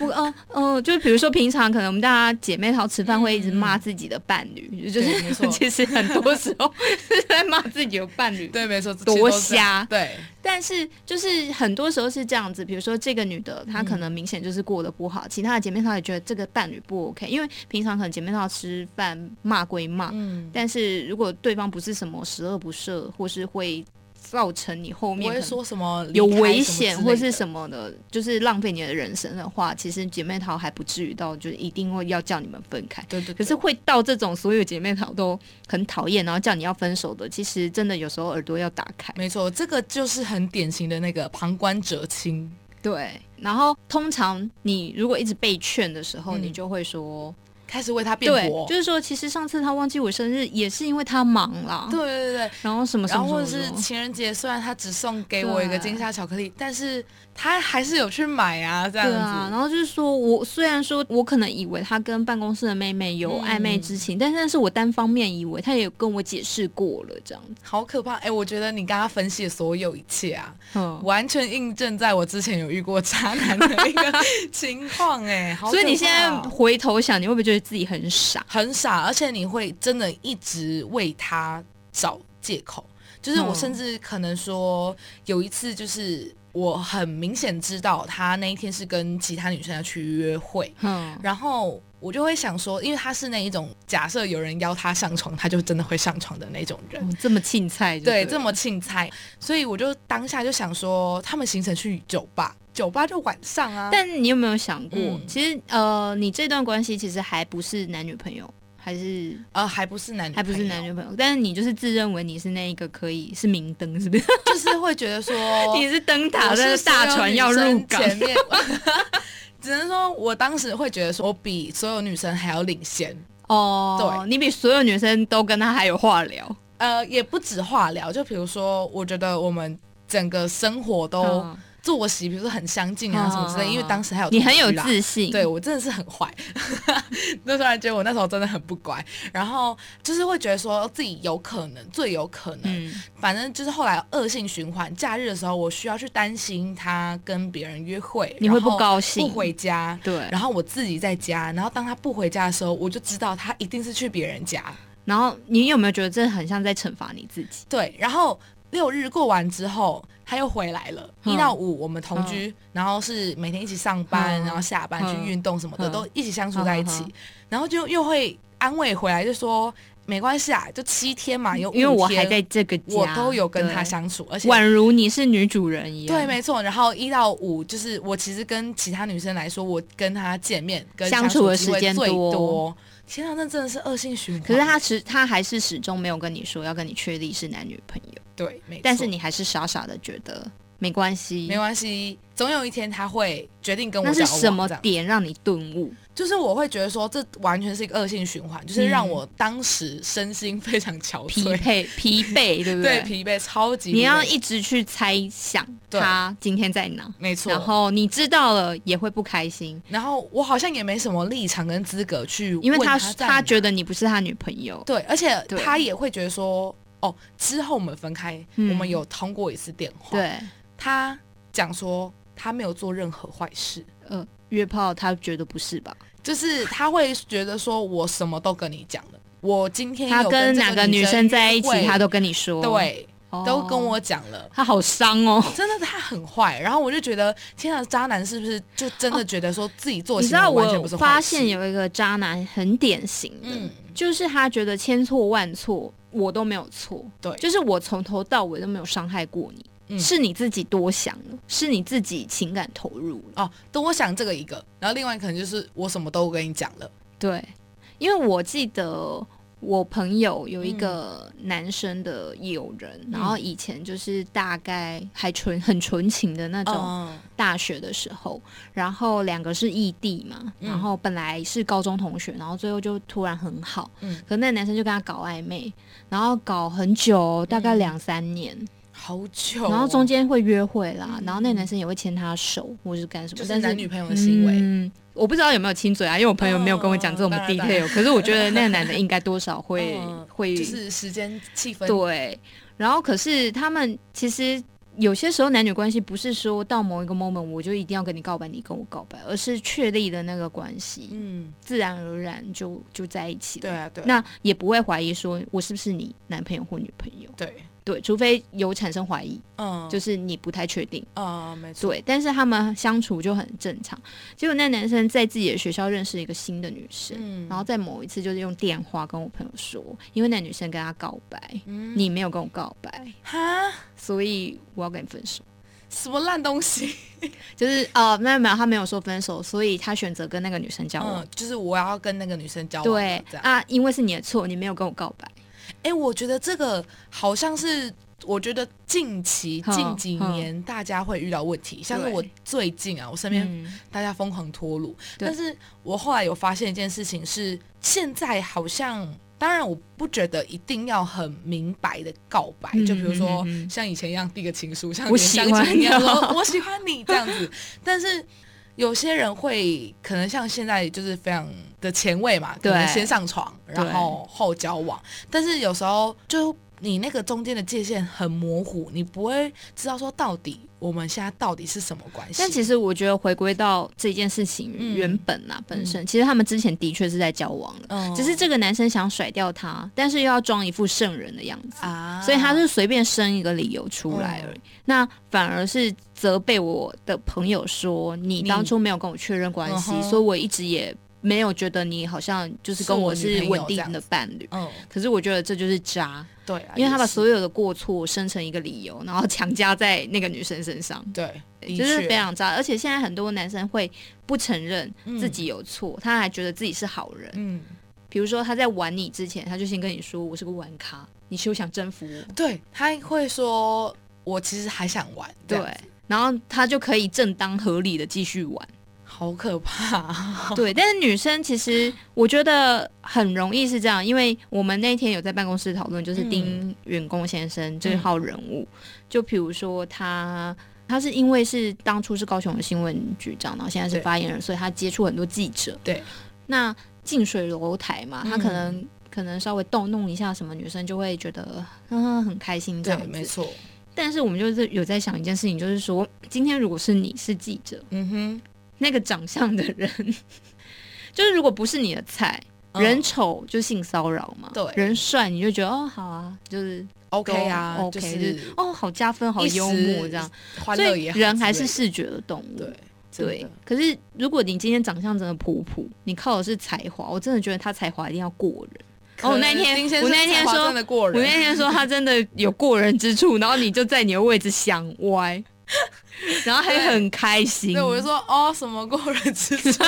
[SPEAKER 3] 不，
[SPEAKER 2] 呃
[SPEAKER 3] 嗯、嗯、就是比如说平常可能我们大家姐妹淘吃饭会一直骂自己的伴侣，就
[SPEAKER 2] 嗯对没
[SPEAKER 3] 是
[SPEAKER 2] 错。
[SPEAKER 3] 其实很多时候是在骂自己的伴侣
[SPEAKER 2] 对，没错，
[SPEAKER 3] 多
[SPEAKER 2] 其实都是这样
[SPEAKER 3] 瞎
[SPEAKER 2] 对，
[SPEAKER 3] 但是就是很多时候是这样子，比如说这个女的她可能明显就是过得不好，其他的姐妹她也觉得这个伴侣不 OK，因为平常可能姐妹她吃饭骂归骂，
[SPEAKER 2] 嗯，
[SPEAKER 3] 但是如果对方不是什么十恶不赦，或是会造成你后
[SPEAKER 2] 不
[SPEAKER 3] 面
[SPEAKER 2] 会
[SPEAKER 3] 可能
[SPEAKER 2] 说什么
[SPEAKER 3] 有危险或是
[SPEAKER 2] 么
[SPEAKER 3] 什么的，就是浪费你的人生的话，其实姐妹淘还不至于到就是一定会要叫你们分开。
[SPEAKER 2] 之类的，对对，
[SPEAKER 3] 可是
[SPEAKER 2] 对
[SPEAKER 3] 会到这种所有姐妹淘都很讨厌，然后叫你要分手的，其实真的有时候耳朵要打开。
[SPEAKER 2] 没错，这个就是很典型的那个旁观者清，
[SPEAKER 3] 对，然后通常你如果一直被劝的时候，
[SPEAKER 2] 嗯
[SPEAKER 3] 你就会说
[SPEAKER 2] 开始为他辩
[SPEAKER 3] 对
[SPEAKER 2] 驳，，
[SPEAKER 3] 就是说，其实上次他忘记我生日也是因为他忙啦。
[SPEAKER 2] 对，对对对。
[SPEAKER 3] 然后什么什
[SPEAKER 2] 然
[SPEAKER 3] 么什么
[SPEAKER 2] 后或者是
[SPEAKER 3] 什么
[SPEAKER 2] 情人节，虽然他只送给我一个
[SPEAKER 3] 对
[SPEAKER 2] 金沙巧克力，但是他还是有去买啊，这样
[SPEAKER 3] 对
[SPEAKER 2] 子。
[SPEAKER 3] 啊，然后就是说我虽然说我可能以为他跟办公室的妹妹有暧昧之情，但是那是我单方面以为，他也有跟我解释过了这样子。
[SPEAKER 2] 好可怕！哎、我觉得你刚刚分析的所有一切啊，
[SPEAKER 3] 嗯，
[SPEAKER 2] 完全印证在我之前有遇过渣男的一个 情况、哎，好可
[SPEAKER 3] 所以你
[SPEAKER 2] 怕
[SPEAKER 3] 现在
[SPEAKER 2] 哦
[SPEAKER 3] 回头想，你会不会觉得自己很傻？
[SPEAKER 2] 很傻，而且你会真的一直为他找借口。就是我
[SPEAKER 3] 嗯
[SPEAKER 2] 甚至可能说，有一次就是我很明显知道他那一天是跟其他女生要去约会，
[SPEAKER 3] 嗯，
[SPEAKER 2] 然后我就会想说，因为他是那一种假设有人邀他上床，他就真的会上床的那种人。
[SPEAKER 3] 哦这么青菜就
[SPEAKER 2] 对，
[SPEAKER 3] 了
[SPEAKER 2] 这么庆猜，所以我就当下就想说，他们行程去酒吧，酒吧就晚上啊。
[SPEAKER 3] 但你有没有想过，
[SPEAKER 2] 嗯
[SPEAKER 3] 其实呃，你这段关系其实还不是男女朋友，还是
[SPEAKER 2] 呃，还不是男女，
[SPEAKER 3] 还不是男，女朋友，但是你就是自认为你是那一个可以是明灯，是不是？，
[SPEAKER 2] 就是会觉得说
[SPEAKER 3] 你是灯塔，
[SPEAKER 2] 哦我
[SPEAKER 3] 但
[SPEAKER 2] 是
[SPEAKER 3] 是大船要入港
[SPEAKER 2] 所有。女生前面， 只能说我当时会觉得说，我比所有女生还要领先。
[SPEAKER 3] 哦，你比所有女生都跟他还有话聊。
[SPEAKER 2] 呃，也不止化疗，就比如说，我觉得我们整个生活都
[SPEAKER 3] 嗯
[SPEAKER 2] 作息，比如说很相近啊什么之
[SPEAKER 3] 嗯
[SPEAKER 2] 类，
[SPEAKER 3] 嗯嗯
[SPEAKER 2] 因为当时还有
[SPEAKER 3] 你很有
[SPEAKER 2] 同居啦
[SPEAKER 3] 自信。
[SPEAKER 2] 对我真的是很坏， 就突然觉得我那时候真的很不乖，然后就是会觉得说自己有可能，最有可能，
[SPEAKER 3] 嗯，
[SPEAKER 2] 反正就是后来恶性循环。假日的时候，我需要去担心他跟别人约会，
[SPEAKER 3] 你会
[SPEAKER 2] 然后
[SPEAKER 3] 不高兴
[SPEAKER 2] 不回家。
[SPEAKER 3] 对。
[SPEAKER 2] 然后我自己在家，然后当他不回家的时候，我就知道他一定是去别人家。
[SPEAKER 3] 然后你有没有觉得这很像在惩罚你自己？
[SPEAKER 2] 对，然后六日过完之后，他又回来了。
[SPEAKER 3] 嗯
[SPEAKER 2] 一到五我们同居，然后是每天一起上班，
[SPEAKER 3] 嗯
[SPEAKER 2] 然后下班
[SPEAKER 3] 嗯
[SPEAKER 2] 去运动什么的，
[SPEAKER 3] 嗯
[SPEAKER 2] 都一起相处在一起，
[SPEAKER 3] 嗯嗯
[SPEAKER 2] 然后就又会安慰回来，就说没关系啊，就七天嘛，有
[SPEAKER 3] 嗯因为
[SPEAKER 2] 五
[SPEAKER 3] 我
[SPEAKER 2] 天
[SPEAKER 3] 还在这个家，
[SPEAKER 2] 我都有跟他
[SPEAKER 3] 对，
[SPEAKER 2] 相处，而且。
[SPEAKER 3] 宛如你是女主人一样。
[SPEAKER 2] 对，没错。然后一到五，就是我其实跟其他女生来说，我跟她见面跟
[SPEAKER 3] 相
[SPEAKER 2] 处
[SPEAKER 3] 处的
[SPEAKER 2] 机会
[SPEAKER 3] 时间
[SPEAKER 2] 最
[SPEAKER 3] 多
[SPEAKER 2] 多。天啊，那真的是恶性循环。
[SPEAKER 3] 可是他始他还是始终没有跟你说要跟你确立是男女朋友，
[SPEAKER 2] 对，没错。
[SPEAKER 3] 但是你还是傻傻的觉得没关系，
[SPEAKER 2] 没关系，总有一天他会决定跟我
[SPEAKER 3] 那
[SPEAKER 2] 交
[SPEAKER 3] 是
[SPEAKER 2] 往。
[SPEAKER 3] 什么
[SPEAKER 2] 这样
[SPEAKER 3] 点让你顿悟？
[SPEAKER 2] 就是我会觉得说，这完全是一个恶性循环，就是
[SPEAKER 3] 嗯
[SPEAKER 2] 让我当时身心非常憔
[SPEAKER 3] 疲
[SPEAKER 2] 悴，
[SPEAKER 3] 惫 疲惫，对不
[SPEAKER 2] 对疲惫，超级疲惫
[SPEAKER 3] 你要一直去猜想
[SPEAKER 2] 对
[SPEAKER 3] 他今天在哪，
[SPEAKER 2] 没错。
[SPEAKER 3] 然，后你知道了也会不开心，
[SPEAKER 2] 然后我好像也没什么立场跟资格去问
[SPEAKER 3] 因为
[SPEAKER 2] 他
[SPEAKER 3] 他
[SPEAKER 2] 在哪
[SPEAKER 3] 他觉得你不是他女朋友。
[SPEAKER 2] 对，而且
[SPEAKER 3] 对
[SPEAKER 2] 他也会觉得说，哦，之后我们分开，
[SPEAKER 3] 嗯
[SPEAKER 2] 我们有通过一次电话，，
[SPEAKER 3] 对，
[SPEAKER 2] 他讲说他没有做任何坏事。
[SPEAKER 3] 呃，约炮他觉得不是吧？
[SPEAKER 2] 就是他会觉得说，我什么都跟你讲了，我今天
[SPEAKER 3] 他
[SPEAKER 2] 有
[SPEAKER 3] 跟
[SPEAKER 2] 这
[SPEAKER 3] 哪个女生在一起
[SPEAKER 2] 约会，
[SPEAKER 3] 他都跟你说，，
[SPEAKER 2] 对，都跟
[SPEAKER 3] 哦，
[SPEAKER 2] 我讲了。
[SPEAKER 3] 他好伤哦。
[SPEAKER 2] 真的，他很坏。然后我就觉得，天啊，渣男是不是就真的觉得说自己做
[SPEAKER 3] 你
[SPEAKER 2] 行
[SPEAKER 3] 知道
[SPEAKER 2] 为
[SPEAKER 3] 我
[SPEAKER 2] 完全不是坏
[SPEAKER 3] 发
[SPEAKER 2] 事
[SPEAKER 3] 现，有一个渣男很典型的，
[SPEAKER 2] 嗯
[SPEAKER 3] 就是他觉得千错万错我都没有错，
[SPEAKER 2] 对
[SPEAKER 3] 就是我从头到尾都没有伤害过你，
[SPEAKER 2] 嗯
[SPEAKER 3] 是你自己多想了，是你自己情感投入了，
[SPEAKER 2] 哦，对，我想这个一个，然后另外可能就是我什么都跟你讲了，
[SPEAKER 3] 对，因为我记得。我朋友有
[SPEAKER 2] 嗯
[SPEAKER 3] 一个男生的友人，然后以前就是大概还纯很纯情的那种，
[SPEAKER 2] 嗯
[SPEAKER 3] 大学的时候，然后两个是异地嘛，
[SPEAKER 2] 嗯
[SPEAKER 3] 然后本来是高中同学，然后最后就突然很好，
[SPEAKER 2] 嗯，
[SPEAKER 3] 可那男生就跟他搞暧昧，然后搞很久，大概两三年，
[SPEAKER 2] 好久嗯哦、
[SPEAKER 3] 然后中间会约会啦，
[SPEAKER 2] 嗯
[SPEAKER 3] 然后那男生也会牵她手或是干什么，
[SPEAKER 2] 就是
[SPEAKER 3] 但是
[SPEAKER 2] 男女朋友的行为
[SPEAKER 3] 嗯我不知道有没有亲嘴啊，因为我朋友没有跟我讲这种
[SPEAKER 2] 哦当然
[SPEAKER 3] detail，、可是我觉得那个男的应该多少会、
[SPEAKER 2] 嗯
[SPEAKER 3] 会
[SPEAKER 2] 就是时间气氛，
[SPEAKER 3] 对，然后可是他们其实有些时候男女关系不是说到某一个 moment 我就一定要跟你告白，你跟我告白，而是确立的那个关系，
[SPEAKER 2] 嗯，
[SPEAKER 3] 自然而然就就在一起了。
[SPEAKER 2] 对啊，对啊，
[SPEAKER 3] 那也不会怀疑说我是不是你男朋友或女朋友，
[SPEAKER 2] 对，
[SPEAKER 3] 对，除非有产生怀疑，
[SPEAKER 2] 嗯，
[SPEAKER 3] 就是你不太确定，
[SPEAKER 2] 啊、没错，
[SPEAKER 3] 对，但是他们相处就很正常。结果那男生在自己的学校认识一个新的女生，
[SPEAKER 2] 嗯
[SPEAKER 3] 然后在某一次就是用电话跟我朋友说，因为那女生跟他告白，
[SPEAKER 2] 嗯
[SPEAKER 3] 你没有跟我告白，
[SPEAKER 2] 哈，
[SPEAKER 3] 所以我要跟你分手。
[SPEAKER 2] 什么烂东西？
[SPEAKER 3] 就是哦，没有没有，他没有说分手，所以他选择跟那个女生交往。
[SPEAKER 2] 嗯，就是我要跟那个女生交往，
[SPEAKER 3] 对啊
[SPEAKER 2] 这样。
[SPEAKER 3] 啊，因为是你的错，你没有跟我告白。
[SPEAKER 2] 哎、我觉得这个好像是我觉得近期
[SPEAKER 3] 嗯
[SPEAKER 2] 近几年大家会遇到问题，像是我最近啊，我身边
[SPEAKER 3] 嗯，
[SPEAKER 2] 大家疯狂脱乳，
[SPEAKER 3] 对
[SPEAKER 2] 但是我后来有发现一件事情是，现在好像。当然，我不觉得一定要很明白的告白，
[SPEAKER 3] 嗯
[SPEAKER 2] 就比如说
[SPEAKER 3] 嗯嗯嗯
[SPEAKER 2] 像以前一样递个情书，像
[SPEAKER 3] 我
[SPEAKER 2] 你
[SPEAKER 3] 喜
[SPEAKER 2] 相
[SPEAKER 3] 欢
[SPEAKER 2] 亲一样
[SPEAKER 3] 你
[SPEAKER 2] 说 我喜欢你这样子。但是有些人会可能像现在就是非常的前卫嘛，可能
[SPEAKER 3] 对
[SPEAKER 2] 先上床，然后后交往。但是有时候就你那个中间的界限很模糊，你不会知道说到底我们现在到底是什么关系。
[SPEAKER 3] 但其实我觉得回归到这件事情
[SPEAKER 2] 嗯
[SPEAKER 3] 原本啊、本身，其实他们之前的确是在交往的，
[SPEAKER 2] 嗯
[SPEAKER 3] 只是这个男生想甩掉她，但是又要装一副圣人的样子。
[SPEAKER 2] 啊嗯
[SPEAKER 3] 所以他是随便生一个理由出来而已，那反而是责备我的朋友说你
[SPEAKER 2] 你
[SPEAKER 3] 当初没有跟我确认关系，
[SPEAKER 2] 嗯哼
[SPEAKER 3] 所以我一直也没有觉得你好像就是跟我
[SPEAKER 2] 是我女
[SPEAKER 3] 是
[SPEAKER 2] 朋友
[SPEAKER 3] 稳定的伴侣。
[SPEAKER 2] 嗯，
[SPEAKER 3] 可是我觉得这就是渣，
[SPEAKER 2] 对啊，
[SPEAKER 3] 因为他把
[SPEAKER 2] 也是
[SPEAKER 3] 所有的过错生成一个理由，然后强加在那个女生身上。
[SPEAKER 2] 对，的
[SPEAKER 3] 就是
[SPEAKER 2] 确
[SPEAKER 3] 非常渣。而且现在很多男生会不承认自己有错，他还觉得自己是好人。
[SPEAKER 2] 嗯，
[SPEAKER 3] 比如说他在玩你之前，他就先跟你说：“我是个玩咖，你休想征服我。
[SPEAKER 2] 对，他会说我其实还想玩，”这样
[SPEAKER 3] 对，然后他就可以正当合理的继续玩。
[SPEAKER 2] 好可 怕，
[SPEAKER 3] 对，但是女生其实我觉得很容易是这样，因为我们那天有在办公室讨论，就是
[SPEAKER 2] 嗯
[SPEAKER 3] 丁员工先生这号人物，就比如说他。他是因为是当初是高雄的新闻局长，然后现在是
[SPEAKER 2] 对
[SPEAKER 3] 发言人，所以他接触很多记者。
[SPEAKER 2] 对，
[SPEAKER 3] 那近水楼台嘛，他
[SPEAKER 2] 嗯
[SPEAKER 3] 可能、可能稍微逗弄一下什么女生，就会觉得嗯很开心这
[SPEAKER 2] 对
[SPEAKER 3] 样，
[SPEAKER 2] 没
[SPEAKER 3] 子。
[SPEAKER 2] 错，
[SPEAKER 3] 但是我们就是有在想一件事情，就是说今天如果是你是记者，
[SPEAKER 2] 嗯哼，
[SPEAKER 3] 那个长相的人， 就是如果不是你的菜，
[SPEAKER 2] 嗯
[SPEAKER 3] 人丑就性骚扰嘛，
[SPEAKER 2] 对
[SPEAKER 3] 人帅你就觉得哦好啊，就是都
[SPEAKER 2] OK 啊
[SPEAKER 3] OK，
[SPEAKER 2] 就是
[SPEAKER 3] 哦好加分，好
[SPEAKER 2] 一时
[SPEAKER 3] 幽默这样，
[SPEAKER 2] 欢
[SPEAKER 3] 所
[SPEAKER 2] 乐
[SPEAKER 3] 以
[SPEAKER 2] 也好
[SPEAKER 3] 人
[SPEAKER 2] 之
[SPEAKER 3] 还
[SPEAKER 2] 类
[SPEAKER 3] 是
[SPEAKER 2] 的
[SPEAKER 3] 视觉的动物。
[SPEAKER 2] 对真
[SPEAKER 3] 对
[SPEAKER 2] 的，
[SPEAKER 3] 可是如果你今天长相真的普普，你靠的是才华，我真的觉得他才华一定要过人。哦我那
[SPEAKER 2] 可是
[SPEAKER 3] 天
[SPEAKER 2] 丁先
[SPEAKER 3] 我
[SPEAKER 2] 生
[SPEAKER 3] 那天
[SPEAKER 2] 才华
[SPEAKER 3] 说
[SPEAKER 2] 真的过
[SPEAKER 3] 我
[SPEAKER 2] 人，
[SPEAKER 3] 那天说他真的有过人之处，然后你就在你的位置想 歪，然后还很开心，
[SPEAKER 2] 对，我就说哦，什么过人之处？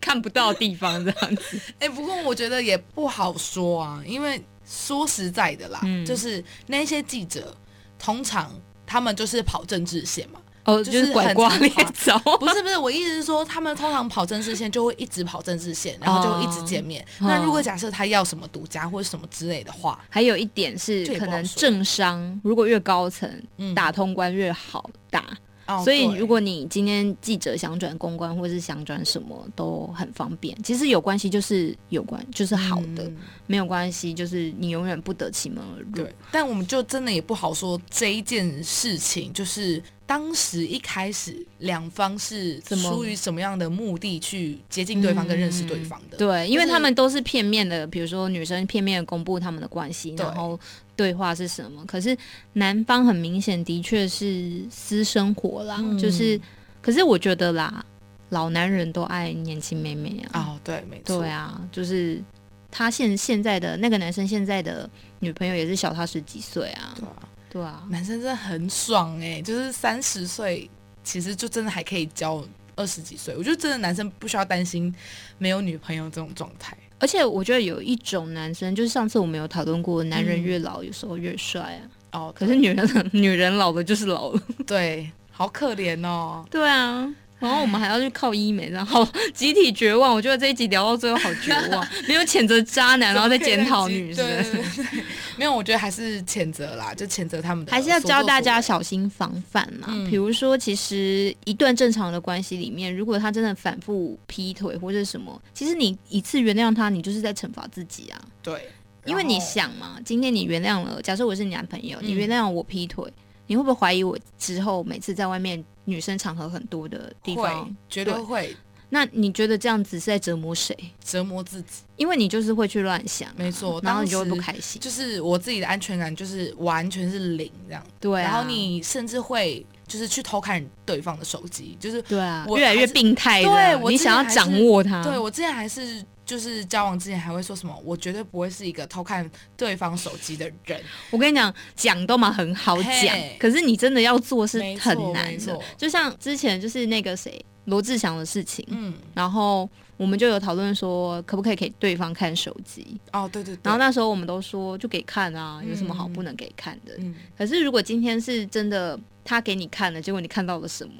[SPEAKER 3] 看不到地方这样子。
[SPEAKER 2] 哎、不过我觉得也不好说啊，因为说实在的啦，
[SPEAKER 3] 嗯
[SPEAKER 2] 就是那些记者通常他们就是跑政治线嘛，
[SPEAKER 3] 哦，
[SPEAKER 2] 就
[SPEAKER 3] 就是是拐
[SPEAKER 2] 很
[SPEAKER 3] 瓜
[SPEAKER 2] 常
[SPEAKER 3] 裂
[SPEAKER 2] 跑
[SPEAKER 3] 枣。
[SPEAKER 2] 不是不是，我意思是说，他们通常跑政治线就会一直跑政治线，然后就一直见面。
[SPEAKER 3] 哦
[SPEAKER 2] 那如果假设他要什么独家或者什么之类的话，
[SPEAKER 3] 还有一点是
[SPEAKER 2] 这，也不
[SPEAKER 3] 可
[SPEAKER 2] 好
[SPEAKER 3] 能
[SPEAKER 2] 说
[SPEAKER 3] 政商如果越高层，
[SPEAKER 2] 嗯
[SPEAKER 3] 打通关越好打。
[SPEAKER 2] 哦，
[SPEAKER 3] 所以
[SPEAKER 2] 对
[SPEAKER 3] 如果你今天记者想转公关，或是想转什么，都很方便。其实有关系就是有关，就是好的；
[SPEAKER 2] 嗯
[SPEAKER 3] 没有关系就是你永远不得其门而入。
[SPEAKER 2] 对，但我们就真的也不好说这一件事情，就是当时一开始两方是
[SPEAKER 3] 怎么嗯
[SPEAKER 2] 出于什么样的目的去接近对方跟认识对方的。
[SPEAKER 3] 对，因为
[SPEAKER 2] 就是
[SPEAKER 3] 他们都是片面的，比如说女生片面的公布他们的关系，
[SPEAKER 2] 对
[SPEAKER 3] 然后对话是什么。可是男方很明显的确是私生活啦，
[SPEAKER 2] 嗯
[SPEAKER 3] 就是，可是我觉得啦，老男人都爱年轻妹妹啊，
[SPEAKER 2] 哦，对，没错，
[SPEAKER 3] 对啊，就是他现现在的那个男生现在的女朋友也是小他十几岁啊，
[SPEAKER 2] 对啊，
[SPEAKER 3] 对啊，
[SPEAKER 2] 男生真的很爽哎、就是三十岁，其实就真的还可以交二十几岁。我觉得真的男生不需要担心没有女朋友这种状态。
[SPEAKER 3] 而且我觉得有一种男生，就是上次我们有讨论过，男人
[SPEAKER 2] 嗯
[SPEAKER 3] 越老有时候越帅啊，
[SPEAKER 2] 哦，
[SPEAKER 3] 可是女人 女人老了就是老了。
[SPEAKER 2] 对，好可怜哦。
[SPEAKER 3] 对啊。然后我们还要去靠医美，然后 集体绝望。我觉得这一集聊到最后好绝 望，没有谴责渣男， 然后再检讨女生，
[SPEAKER 2] 对对对对没有，我觉得还是谴责啦，就谴责他们 的
[SPEAKER 3] 还是要
[SPEAKER 2] 所作
[SPEAKER 3] 教大
[SPEAKER 2] 所
[SPEAKER 3] 家
[SPEAKER 2] 为
[SPEAKER 3] 小心防范啦。
[SPEAKER 2] 嗯
[SPEAKER 3] 比如说，其实一段正常的关系里面，如果他真的反复劈腿或者什么，其实你一次原谅他，你就是在惩罚自己啊。
[SPEAKER 2] 对，
[SPEAKER 3] 因为你
[SPEAKER 2] 然后
[SPEAKER 3] 想嘛，今天你原谅了，假设我是你男朋友，你
[SPEAKER 2] 嗯
[SPEAKER 3] 原谅我劈腿，你会不会怀疑我之后每次在外面女生场合很多的地方
[SPEAKER 2] 会？绝对
[SPEAKER 3] 对
[SPEAKER 2] 会
[SPEAKER 3] 那你觉得这样子是在折磨谁？
[SPEAKER 2] 折磨自己。
[SPEAKER 3] 因为你就是会去乱想啊、
[SPEAKER 2] 没错
[SPEAKER 3] 然后你就
[SPEAKER 2] 当
[SPEAKER 3] 会
[SPEAKER 2] 时
[SPEAKER 3] 不开心。
[SPEAKER 2] 就是我自己的安全感就是完全是零这样，
[SPEAKER 3] 对啊，
[SPEAKER 2] 然后你甚至会就是去偷看对方的手机，就是
[SPEAKER 3] 对啊，
[SPEAKER 2] 我
[SPEAKER 3] 越来
[SPEAKER 2] 还
[SPEAKER 3] 越
[SPEAKER 2] 是
[SPEAKER 3] 病态的，啊
[SPEAKER 2] 对我
[SPEAKER 3] 你
[SPEAKER 2] 之前
[SPEAKER 3] 想要
[SPEAKER 2] 还
[SPEAKER 3] 掌
[SPEAKER 2] 是
[SPEAKER 3] 握它。
[SPEAKER 2] 对我之前还是就是交往之前还会说什么，我绝对不会是一个偷看对方手机的人，
[SPEAKER 3] 我跟你讲，讲都嘛很好讲
[SPEAKER 2] 嘿，
[SPEAKER 3] 可是你真的要做是
[SPEAKER 2] 没错
[SPEAKER 3] 很难
[SPEAKER 2] 没
[SPEAKER 3] 的
[SPEAKER 2] 错。
[SPEAKER 3] 就像之前就是那个谁罗志祥的事情，
[SPEAKER 2] 嗯，
[SPEAKER 3] 然后我们就有讨论说，可不可以给对方看手机？
[SPEAKER 2] 哦，对对对，
[SPEAKER 3] 然后那时候我们都说就给看啊，有什么好不能给看的？
[SPEAKER 2] 嗯，
[SPEAKER 3] 可是如果今天是真的他给你看了，结果你看到了什么？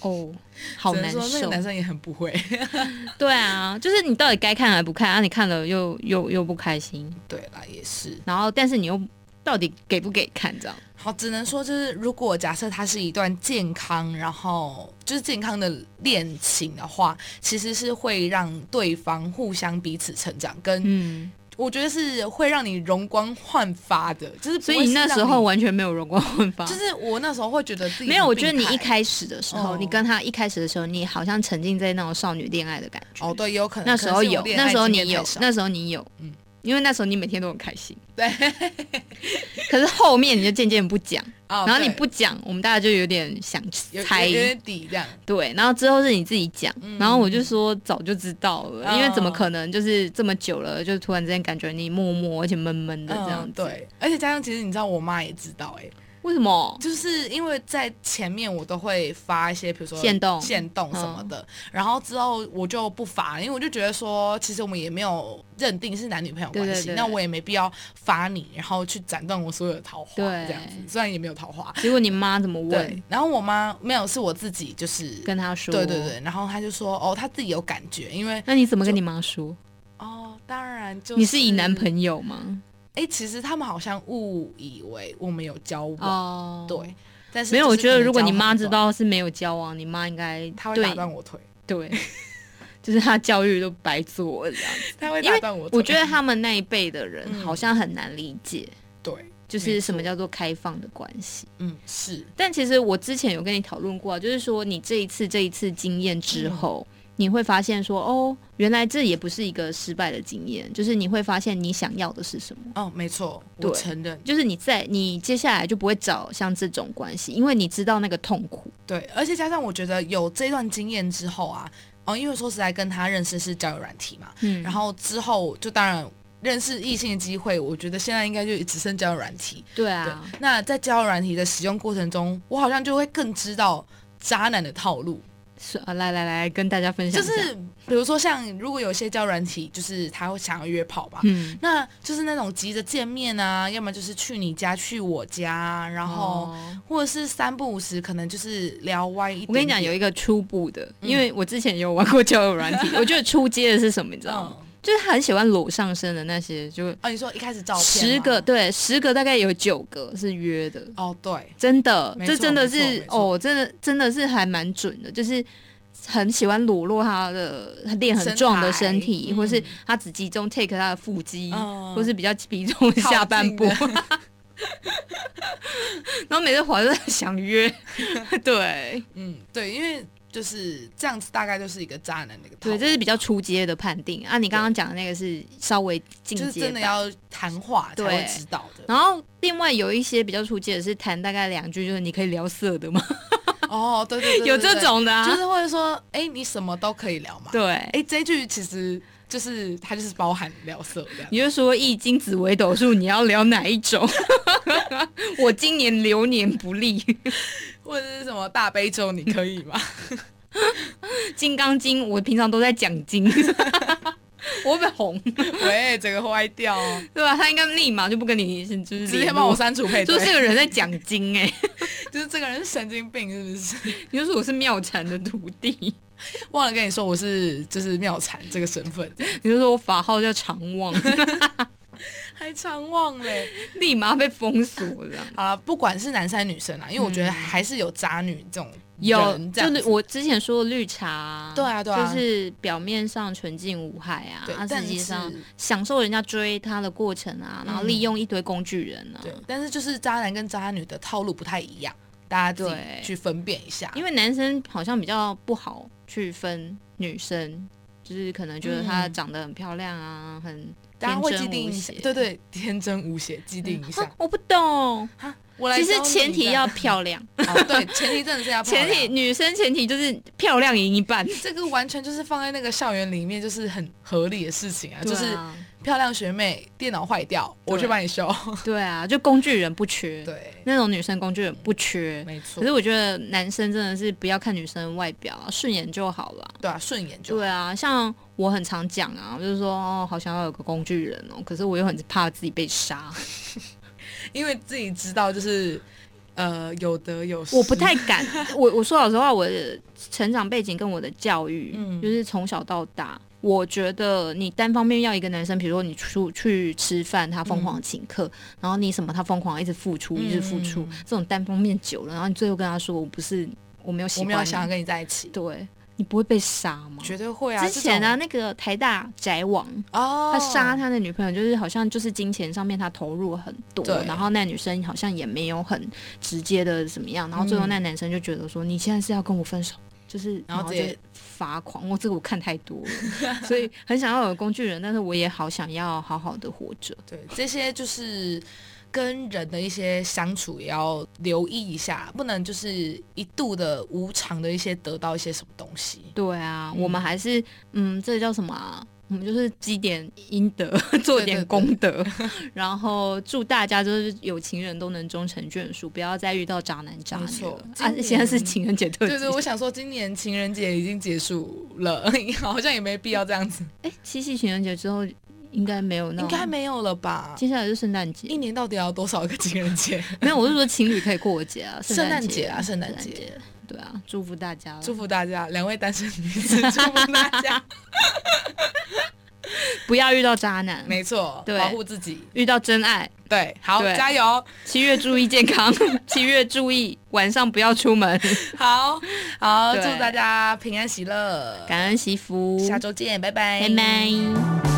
[SPEAKER 3] 哦，好
[SPEAKER 2] 只
[SPEAKER 3] 难
[SPEAKER 2] 能说那
[SPEAKER 3] 受
[SPEAKER 2] 个。男生也很不会，
[SPEAKER 3] 对啊，就是你到底该看还不看啊？你看了又又又不开心，
[SPEAKER 2] 对啦，也是。
[SPEAKER 3] 然后但是你又到底给不给看这样？
[SPEAKER 2] 好，只能说就是，如果假设它是一段健康，然后就是健康的恋情的话，其实是会让对方互相彼此成长，跟
[SPEAKER 3] 嗯，
[SPEAKER 2] 我觉得是会让你容光焕发的，就是不
[SPEAKER 3] 所
[SPEAKER 2] 会
[SPEAKER 3] 以你
[SPEAKER 2] 是
[SPEAKER 3] 那
[SPEAKER 2] 让
[SPEAKER 3] 时候
[SPEAKER 2] 你。
[SPEAKER 3] 完全没有容光焕发。
[SPEAKER 2] 就是我那时候会觉得自己
[SPEAKER 3] 没有，
[SPEAKER 2] 很
[SPEAKER 3] 我
[SPEAKER 2] 病
[SPEAKER 3] 觉得你一
[SPEAKER 2] 态欸
[SPEAKER 3] 开始的时候，
[SPEAKER 2] 哦
[SPEAKER 3] 你跟他一开始的时候，你好像沉浸在那种少女恋爱的感觉。
[SPEAKER 2] 哦，对，也有可能
[SPEAKER 3] 那时候有，那时候你有，那
[SPEAKER 2] 那
[SPEAKER 3] 时候你有，
[SPEAKER 2] 嗯
[SPEAKER 3] 因为那时候你每天都很开心。
[SPEAKER 2] 对。
[SPEAKER 3] 可是后面你就渐渐不讲，
[SPEAKER 2] 然
[SPEAKER 3] 然后你不讲，我们大家就有点想
[SPEAKER 2] 哦有有
[SPEAKER 3] 猜
[SPEAKER 2] 有。点底这样，
[SPEAKER 3] 对，然后之后是你自己讲，
[SPEAKER 2] 嗯
[SPEAKER 3] 然后我就说早就知道了，因为怎么
[SPEAKER 2] 哦
[SPEAKER 3] 可能就是这么久了，就突然之间感觉你默默而且闷闷的这样
[SPEAKER 2] 嗯，
[SPEAKER 3] 子？
[SPEAKER 2] 对，而且加上其实你知道，我妈也知道、欸，
[SPEAKER 3] 为什么？
[SPEAKER 2] 就是因为在前面我都会发一些，比如说
[SPEAKER 3] 限动嗯
[SPEAKER 2] 限动什么的，然后之后我就不发了，因为我就觉得说，其实我们也没有认定是男女朋友关系，
[SPEAKER 3] 对对对
[SPEAKER 2] 那我也没必要发你，然后去斩断我所有的桃花
[SPEAKER 3] 对
[SPEAKER 2] 这样子，虽然也没有桃花，
[SPEAKER 3] 结果你妈怎么问
[SPEAKER 2] 对？，然后我妈没有，是我自己就是。
[SPEAKER 3] 跟她说？
[SPEAKER 2] 对对。对，然后她就说哦，她自己有感觉，因为
[SPEAKER 3] 那你怎么跟你妈说？
[SPEAKER 2] 哦，当然就是
[SPEAKER 3] 你是以男朋友吗？
[SPEAKER 2] 哎、其实他们好像误以为我们有交往，
[SPEAKER 3] 哦，
[SPEAKER 2] 对，但是
[SPEAKER 3] 没有，
[SPEAKER 2] 就
[SPEAKER 3] 我
[SPEAKER 2] 是
[SPEAKER 3] 觉
[SPEAKER 2] 可
[SPEAKER 3] 得
[SPEAKER 2] 能
[SPEAKER 3] 如果
[SPEAKER 2] 交
[SPEAKER 3] 你妈
[SPEAKER 2] 很
[SPEAKER 3] 知
[SPEAKER 2] 短，
[SPEAKER 3] 道是没有交往，你妈应该
[SPEAKER 2] 她会打
[SPEAKER 3] 对
[SPEAKER 2] 断 我腿，
[SPEAKER 3] 对，就是她教育都白做了这样子。
[SPEAKER 2] 她会
[SPEAKER 3] 因
[SPEAKER 2] 打
[SPEAKER 3] 为
[SPEAKER 2] 断我腿。
[SPEAKER 3] 我觉得他们那一辈的人
[SPEAKER 2] 嗯
[SPEAKER 3] 好像很难理解，
[SPEAKER 2] 对，
[SPEAKER 3] 就是什么
[SPEAKER 2] 没错
[SPEAKER 3] 叫做开放的关系。
[SPEAKER 2] 嗯是
[SPEAKER 3] 但其实我之前有跟你讨论过啊，就是说你这一次这一次经验之
[SPEAKER 2] 嗯
[SPEAKER 3] 后。你会发现说哦，原来这也不是一个失败的经验，就是你会发现你想要的是什么，
[SPEAKER 2] 哦，没错，我
[SPEAKER 3] 对
[SPEAKER 2] 承认
[SPEAKER 3] 就是你在你接下来就不会找像这种关系，因为你知道那个痛苦。
[SPEAKER 2] 对，而且加上我觉得有这段经验之后啊，哦，因为说实在跟他认识是交友软体嘛，
[SPEAKER 3] 嗯
[SPEAKER 2] 然后之后就当然。认识异性的机会，我觉得现在应该就只剩交友软体。
[SPEAKER 3] 对
[SPEAKER 2] 对
[SPEAKER 3] 啊，，
[SPEAKER 2] 那在交友软体的使用过程中，我好像就会更知道渣男的套路。
[SPEAKER 3] 是啊，来来来，跟大家分享
[SPEAKER 2] 就
[SPEAKER 3] 一下，
[SPEAKER 2] 是比如说像如果有些交友软体，就是他会想要约炮吧，
[SPEAKER 3] 嗯，
[SPEAKER 2] 那就是那种急着见面啊，要么就是去你家去我家啊，然后、
[SPEAKER 3] 哦
[SPEAKER 2] 或者是三不五时可能就是聊歪一点点
[SPEAKER 3] 我跟你讲有一个初步的，
[SPEAKER 2] 嗯
[SPEAKER 3] 因为我之前也有玩过交友软体， 我觉得初阶的是什么，你知道吗？
[SPEAKER 2] 嗯
[SPEAKER 3] 就是他很喜欢裸上身的那些，就
[SPEAKER 2] 哦，你说一开始照片
[SPEAKER 3] 十
[SPEAKER 2] 吗
[SPEAKER 3] 个对，十个大概有九个是约的，
[SPEAKER 2] 哦，对，
[SPEAKER 3] 真的
[SPEAKER 2] 没，错
[SPEAKER 3] 这真的
[SPEAKER 2] 没错
[SPEAKER 3] 是
[SPEAKER 2] 没错
[SPEAKER 3] 哦，真的真的是还蛮准的，就是。很喜欢裸露他的练很壮的身体，
[SPEAKER 2] 身材嗯
[SPEAKER 3] 或是他只集中 take 他的腹肌，
[SPEAKER 2] 嗯
[SPEAKER 3] 或是比较集中下半部。
[SPEAKER 2] 靠
[SPEAKER 3] 然后每次滑都在想 约，对
[SPEAKER 2] 嗯，对，因为就是这样子，大概就是一个渣男的一个套
[SPEAKER 3] 对，
[SPEAKER 2] 路，
[SPEAKER 3] 这是比较初阶的判定啊。你刚刚讲的那个是稍微进
[SPEAKER 2] 就是
[SPEAKER 3] 阶
[SPEAKER 2] 真的
[SPEAKER 3] 版
[SPEAKER 2] 要谈话才会
[SPEAKER 3] 对
[SPEAKER 2] 知道 的。
[SPEAKER 3] 然后另外有一些比较初阶的是谈大概两句，就是你可以聊色的吗？
[SPEAKER 2] 哦，对对对对
[SPEAKER 3] 有这、种的、
[SPEAKER 2] 对
[SPEAKER 3] 啊，
[SPEAKER 2] 就是或者说，哎、你什么都可以聊嘛。
[SPEAKER 3] 对。
[SPEAKER 2] 哎、这一句其实就是它就是包含聊色这样。
[SPEAKER 3] 你就说易经紫微斗数，你要聊哪一种？ 我今年流年不利，
[SPEAKER 2] 或者是什么大悲咒，你可以 吗？
[SPEAKER 3] 《金刚经》我平常都在讲经，我会不会红？
[SPEAKER 2] 喂，整个坏掉、哦，
[SPEAKER 3] 对吧？他应该立马就不跟你就是
[SPEAKER 2] 直接
[SPEAKER 3] 联
[SPEAKER 2] 帮我
[SPEAKER 3] 络
[SPEAKER 2] 删除配对
[SPEAKER 3] 说。这个人在讲经哎、
[SPEAKER 2] 就是这个人是神经病，是不是？
[SPEAKER 3] 你就说我是妙禅的徒弟，
[SPEAKER 2] 忘了跟你说，我是就是妙禅这个身份，
[SPEAKER 3] 你就说我法号叫常旺，
[SPEAKER 2] 还常忘嘞。
[SPEAKER 3] 立马被封锁这样。
[SPEAKER 2] 好了，不管是男生还是女生啊，因为我觉得还是有渣女这种
[SPEAKER 3] 有，
[SPEAKER 2] 人这样
[SPEAKER 3] 就
[SPEAKER 2] 子
[SPEAKER 3] 是我之前说的绿茶，
[SPEAKER 2] 对啊对啊
[SPEAKER 3] 就是表面上纯净无害啊
[SPEAKER 2] 对，
[SPEAKER 3] 啊，
[SPEAKER 2] 但
[SPEAKER 3] 实际
[SPEAKER 2] 是
[SPEAKER 3] 上享受人家追她的过程啊，然后利用一堆工具人啊，
[SPEAKER 2] 嗯对，但是就是渣男跟渣女的套路不太一样，大家自己
[SPEAKER 3] 对
[SPEAKER 2] 去分辨一下。
[SPEAKER 3] 因
[SPEAKER 2] 为
[SPEAKER 3] 为男生好像比较不好去分女生，就是可能觉得她
[SPEAKER 2] 嗯
[SPEAKER 3] 长得很漂亮啊，很
[SPEAKER 2] 大家
[SPEAKER 3] 天
[SPEAKER 2] 会
[SPEAKER 3] 真
[SPEAKER 2] 既定
[SPEAKER 3] 无
[SPEAKER 2] 一下
[SPEAKER 3] 邪，
[SPEAKER 2] 对对，天真无邪，既定一 下
[SPEAKER 3] 啊。我不懂，
[SPEAKER 2] 哈，我来
[SPEAKER 3] 其实
[SPEAKER 2] 教你啊
[SPEAKER 3] 前提
[SPEAKER 2] 这
[SPEAKER 3] 要
[SPEAKER 2] 样
[SPEAKER 3] 漂 亮，
[SPEAKER 2] 哦，对，前提真的是要漂
[SPEAKER 3] 前
[SPEAKER 2] 亮
[SPEAKER 3] 提女生前提就是漂亮赢一半，
[SPEAKER 2] 这个完全就是放在那个校园里面就是很合理的事情啊，就是
[SPEAKER 3] 对啊
[SPEAKER 2] 漂亮学妹，电脑坏掉，
[SPEAKER 3] 对
[SPEAKER 2] 我去帮你修。
[SPEAKER 3] 对啊，就工具人不缺，
[SPEAKER 2] 对，
[SPEAKER 3] 那种女生工具人不缺。
[SPEAKER 2] 没
[SPEAKER 3] 可
[SPEAKER 2] 错
[SPEAKER 3] 是，我觉得男生真的是不要看女生外表啊，顺眼就好了。
[SPEAKER 2] 对啊，顺眼就好
[SPEAKER 3] 对啊，像我很常讲啊，就是说哦，好想要有个工具人哦，可是我又很怕自己被杀，
[SPEAKER 2] 因为自己知道就是呃有得有 失。
[SPEAKER 3] 我不太敢。我我说老实话，我的成长背景跟我的教育，
[SPEAKER 2] 嗯
[SPEAKER 3] 就是从小到大，我觉得你单方面要一个男生，比如说你出去吃饭，他疯狂请客，然后你什么他疯狂一直付出，一直付出，
[SPEAKER 2] 嗯嗯
[SPEAKER 3] 这种单方面久了，然后你最后跟他说我不是我没有喜
[SPEAKER 2] 我
[SPEAKER 3] 欢
[SPEAKER 2] 没
[SPEAKER 3] 你，
[SPEAKER 2] 有想要跟你在一起，
[SPEAKER 3] 对你不会被杀吗？
[SPEAKER 2] 绝对会啊。
[SPEAKER 3] 之前啊，
[SPEAKER 2] 呢，
[SPEAKER 3] 那个台大宅王，
[SPEAKER 2] 哦，
[SPEAKER 3] 他杀他的女朋友，就是好像就是金钱上面他投入很多
[SPEAKER 2] 对，
[SPEAKER 3] 然后那女生好像也没有很直接的怎么样，然后最后
[SPEAKER 2] 嗯
[SPEAKER 3] 那男生就觉得说、你现在是要跟我分手，就是
[SPEAKER 2] 然后
[SPEAKER 3] 后
[SPEAKER 2] 直
[SPEAKER 3] 就
[SPEAKER 2] 接
[SPEAKER 3] 发狂，我这个我看太多 了，所以很想要有工具人，但是我也好想要好好的活着。
[SPEAKER 2] 对，这些就是跟人的一些相处也要留意一下，不能就是一度的无偿的一些得到一些什么东西。
[SPEAKER 3] 对啊，
[SPEAKER 2] 嗯
[SPEAKER 3] 我们还是嗯，这叫什么啊？我们就是积点阴德， 做点功德， 然后祝大家就是有情人都能终成眷属，不要再遇到渣男渣
[SPEAKER 2] 没
[SPEAKER 3] 女
[SPEAKER 2] 错
[SPEAKER 3] 了。
[SPEAKER 2] 今
[SPEAKER 3] 啊，
[SPEAKER 2] 年
[SPEAKER 3] 现在是情人节特
[SPEAKER 2] 对
[SPEAKER 3] 辑
[SPEAKER 2] 对，，我想说，今年情人节已经结束了， 好像也没必要这样子，
[SPEAKER 3] 哎，七夕情人节之后应该没有那
[SPEAKER 2] 应
[SPEAKER 3] 种，
[SPEAKER 2] 该没有了吧？
[SPEAKER 3] 接下来是圣诞节
[SPEAKER 2] 一，年到底要多少个情人 节？
[SPEAKER 3] 没有，我是说情侣可以过节啊，
[SPEAKER 2] 圣诞
[SPEAKER 3] 诞
[SPEAKER 2] 节啊，圣
[SPEAKER 3] 圣
[SPEAKER 2] 诞
[SPEAKER 3] 诞
[SPEAKER 2] 节，，
[SPEAKER 3] 对啊，祝福大家了，
[SPEAKER 2] 祝福大家，两位单身女子，祝福大家。
[SPEAKER 3] 不要遇到渣男，
[SPEAKER 2] 没 错，
[SPEAKER 3] 对
[SPEAKER 2] 保护自己，
[SPEAKER 3] 遇到真爱，
[SPEAKER 2] 对，好，
[SPEAKER 3] 对
[SPEAKER 2] 加油，
[SPEAKER 3] 七月注意健康， 七月注意晚上不要出门，
[SPEAKER 2] 好好，祝
[SPEAKER 3] 对
[SPEAKER 2] 大家平安喜乐，
[SPEAKER 3] 感恩惜福，
[SPEAKER 2] 下周见，拜
[SPEAKER 3] 拜
[SPEAKER 2] 拜，
[SPEAKER 3] 拜。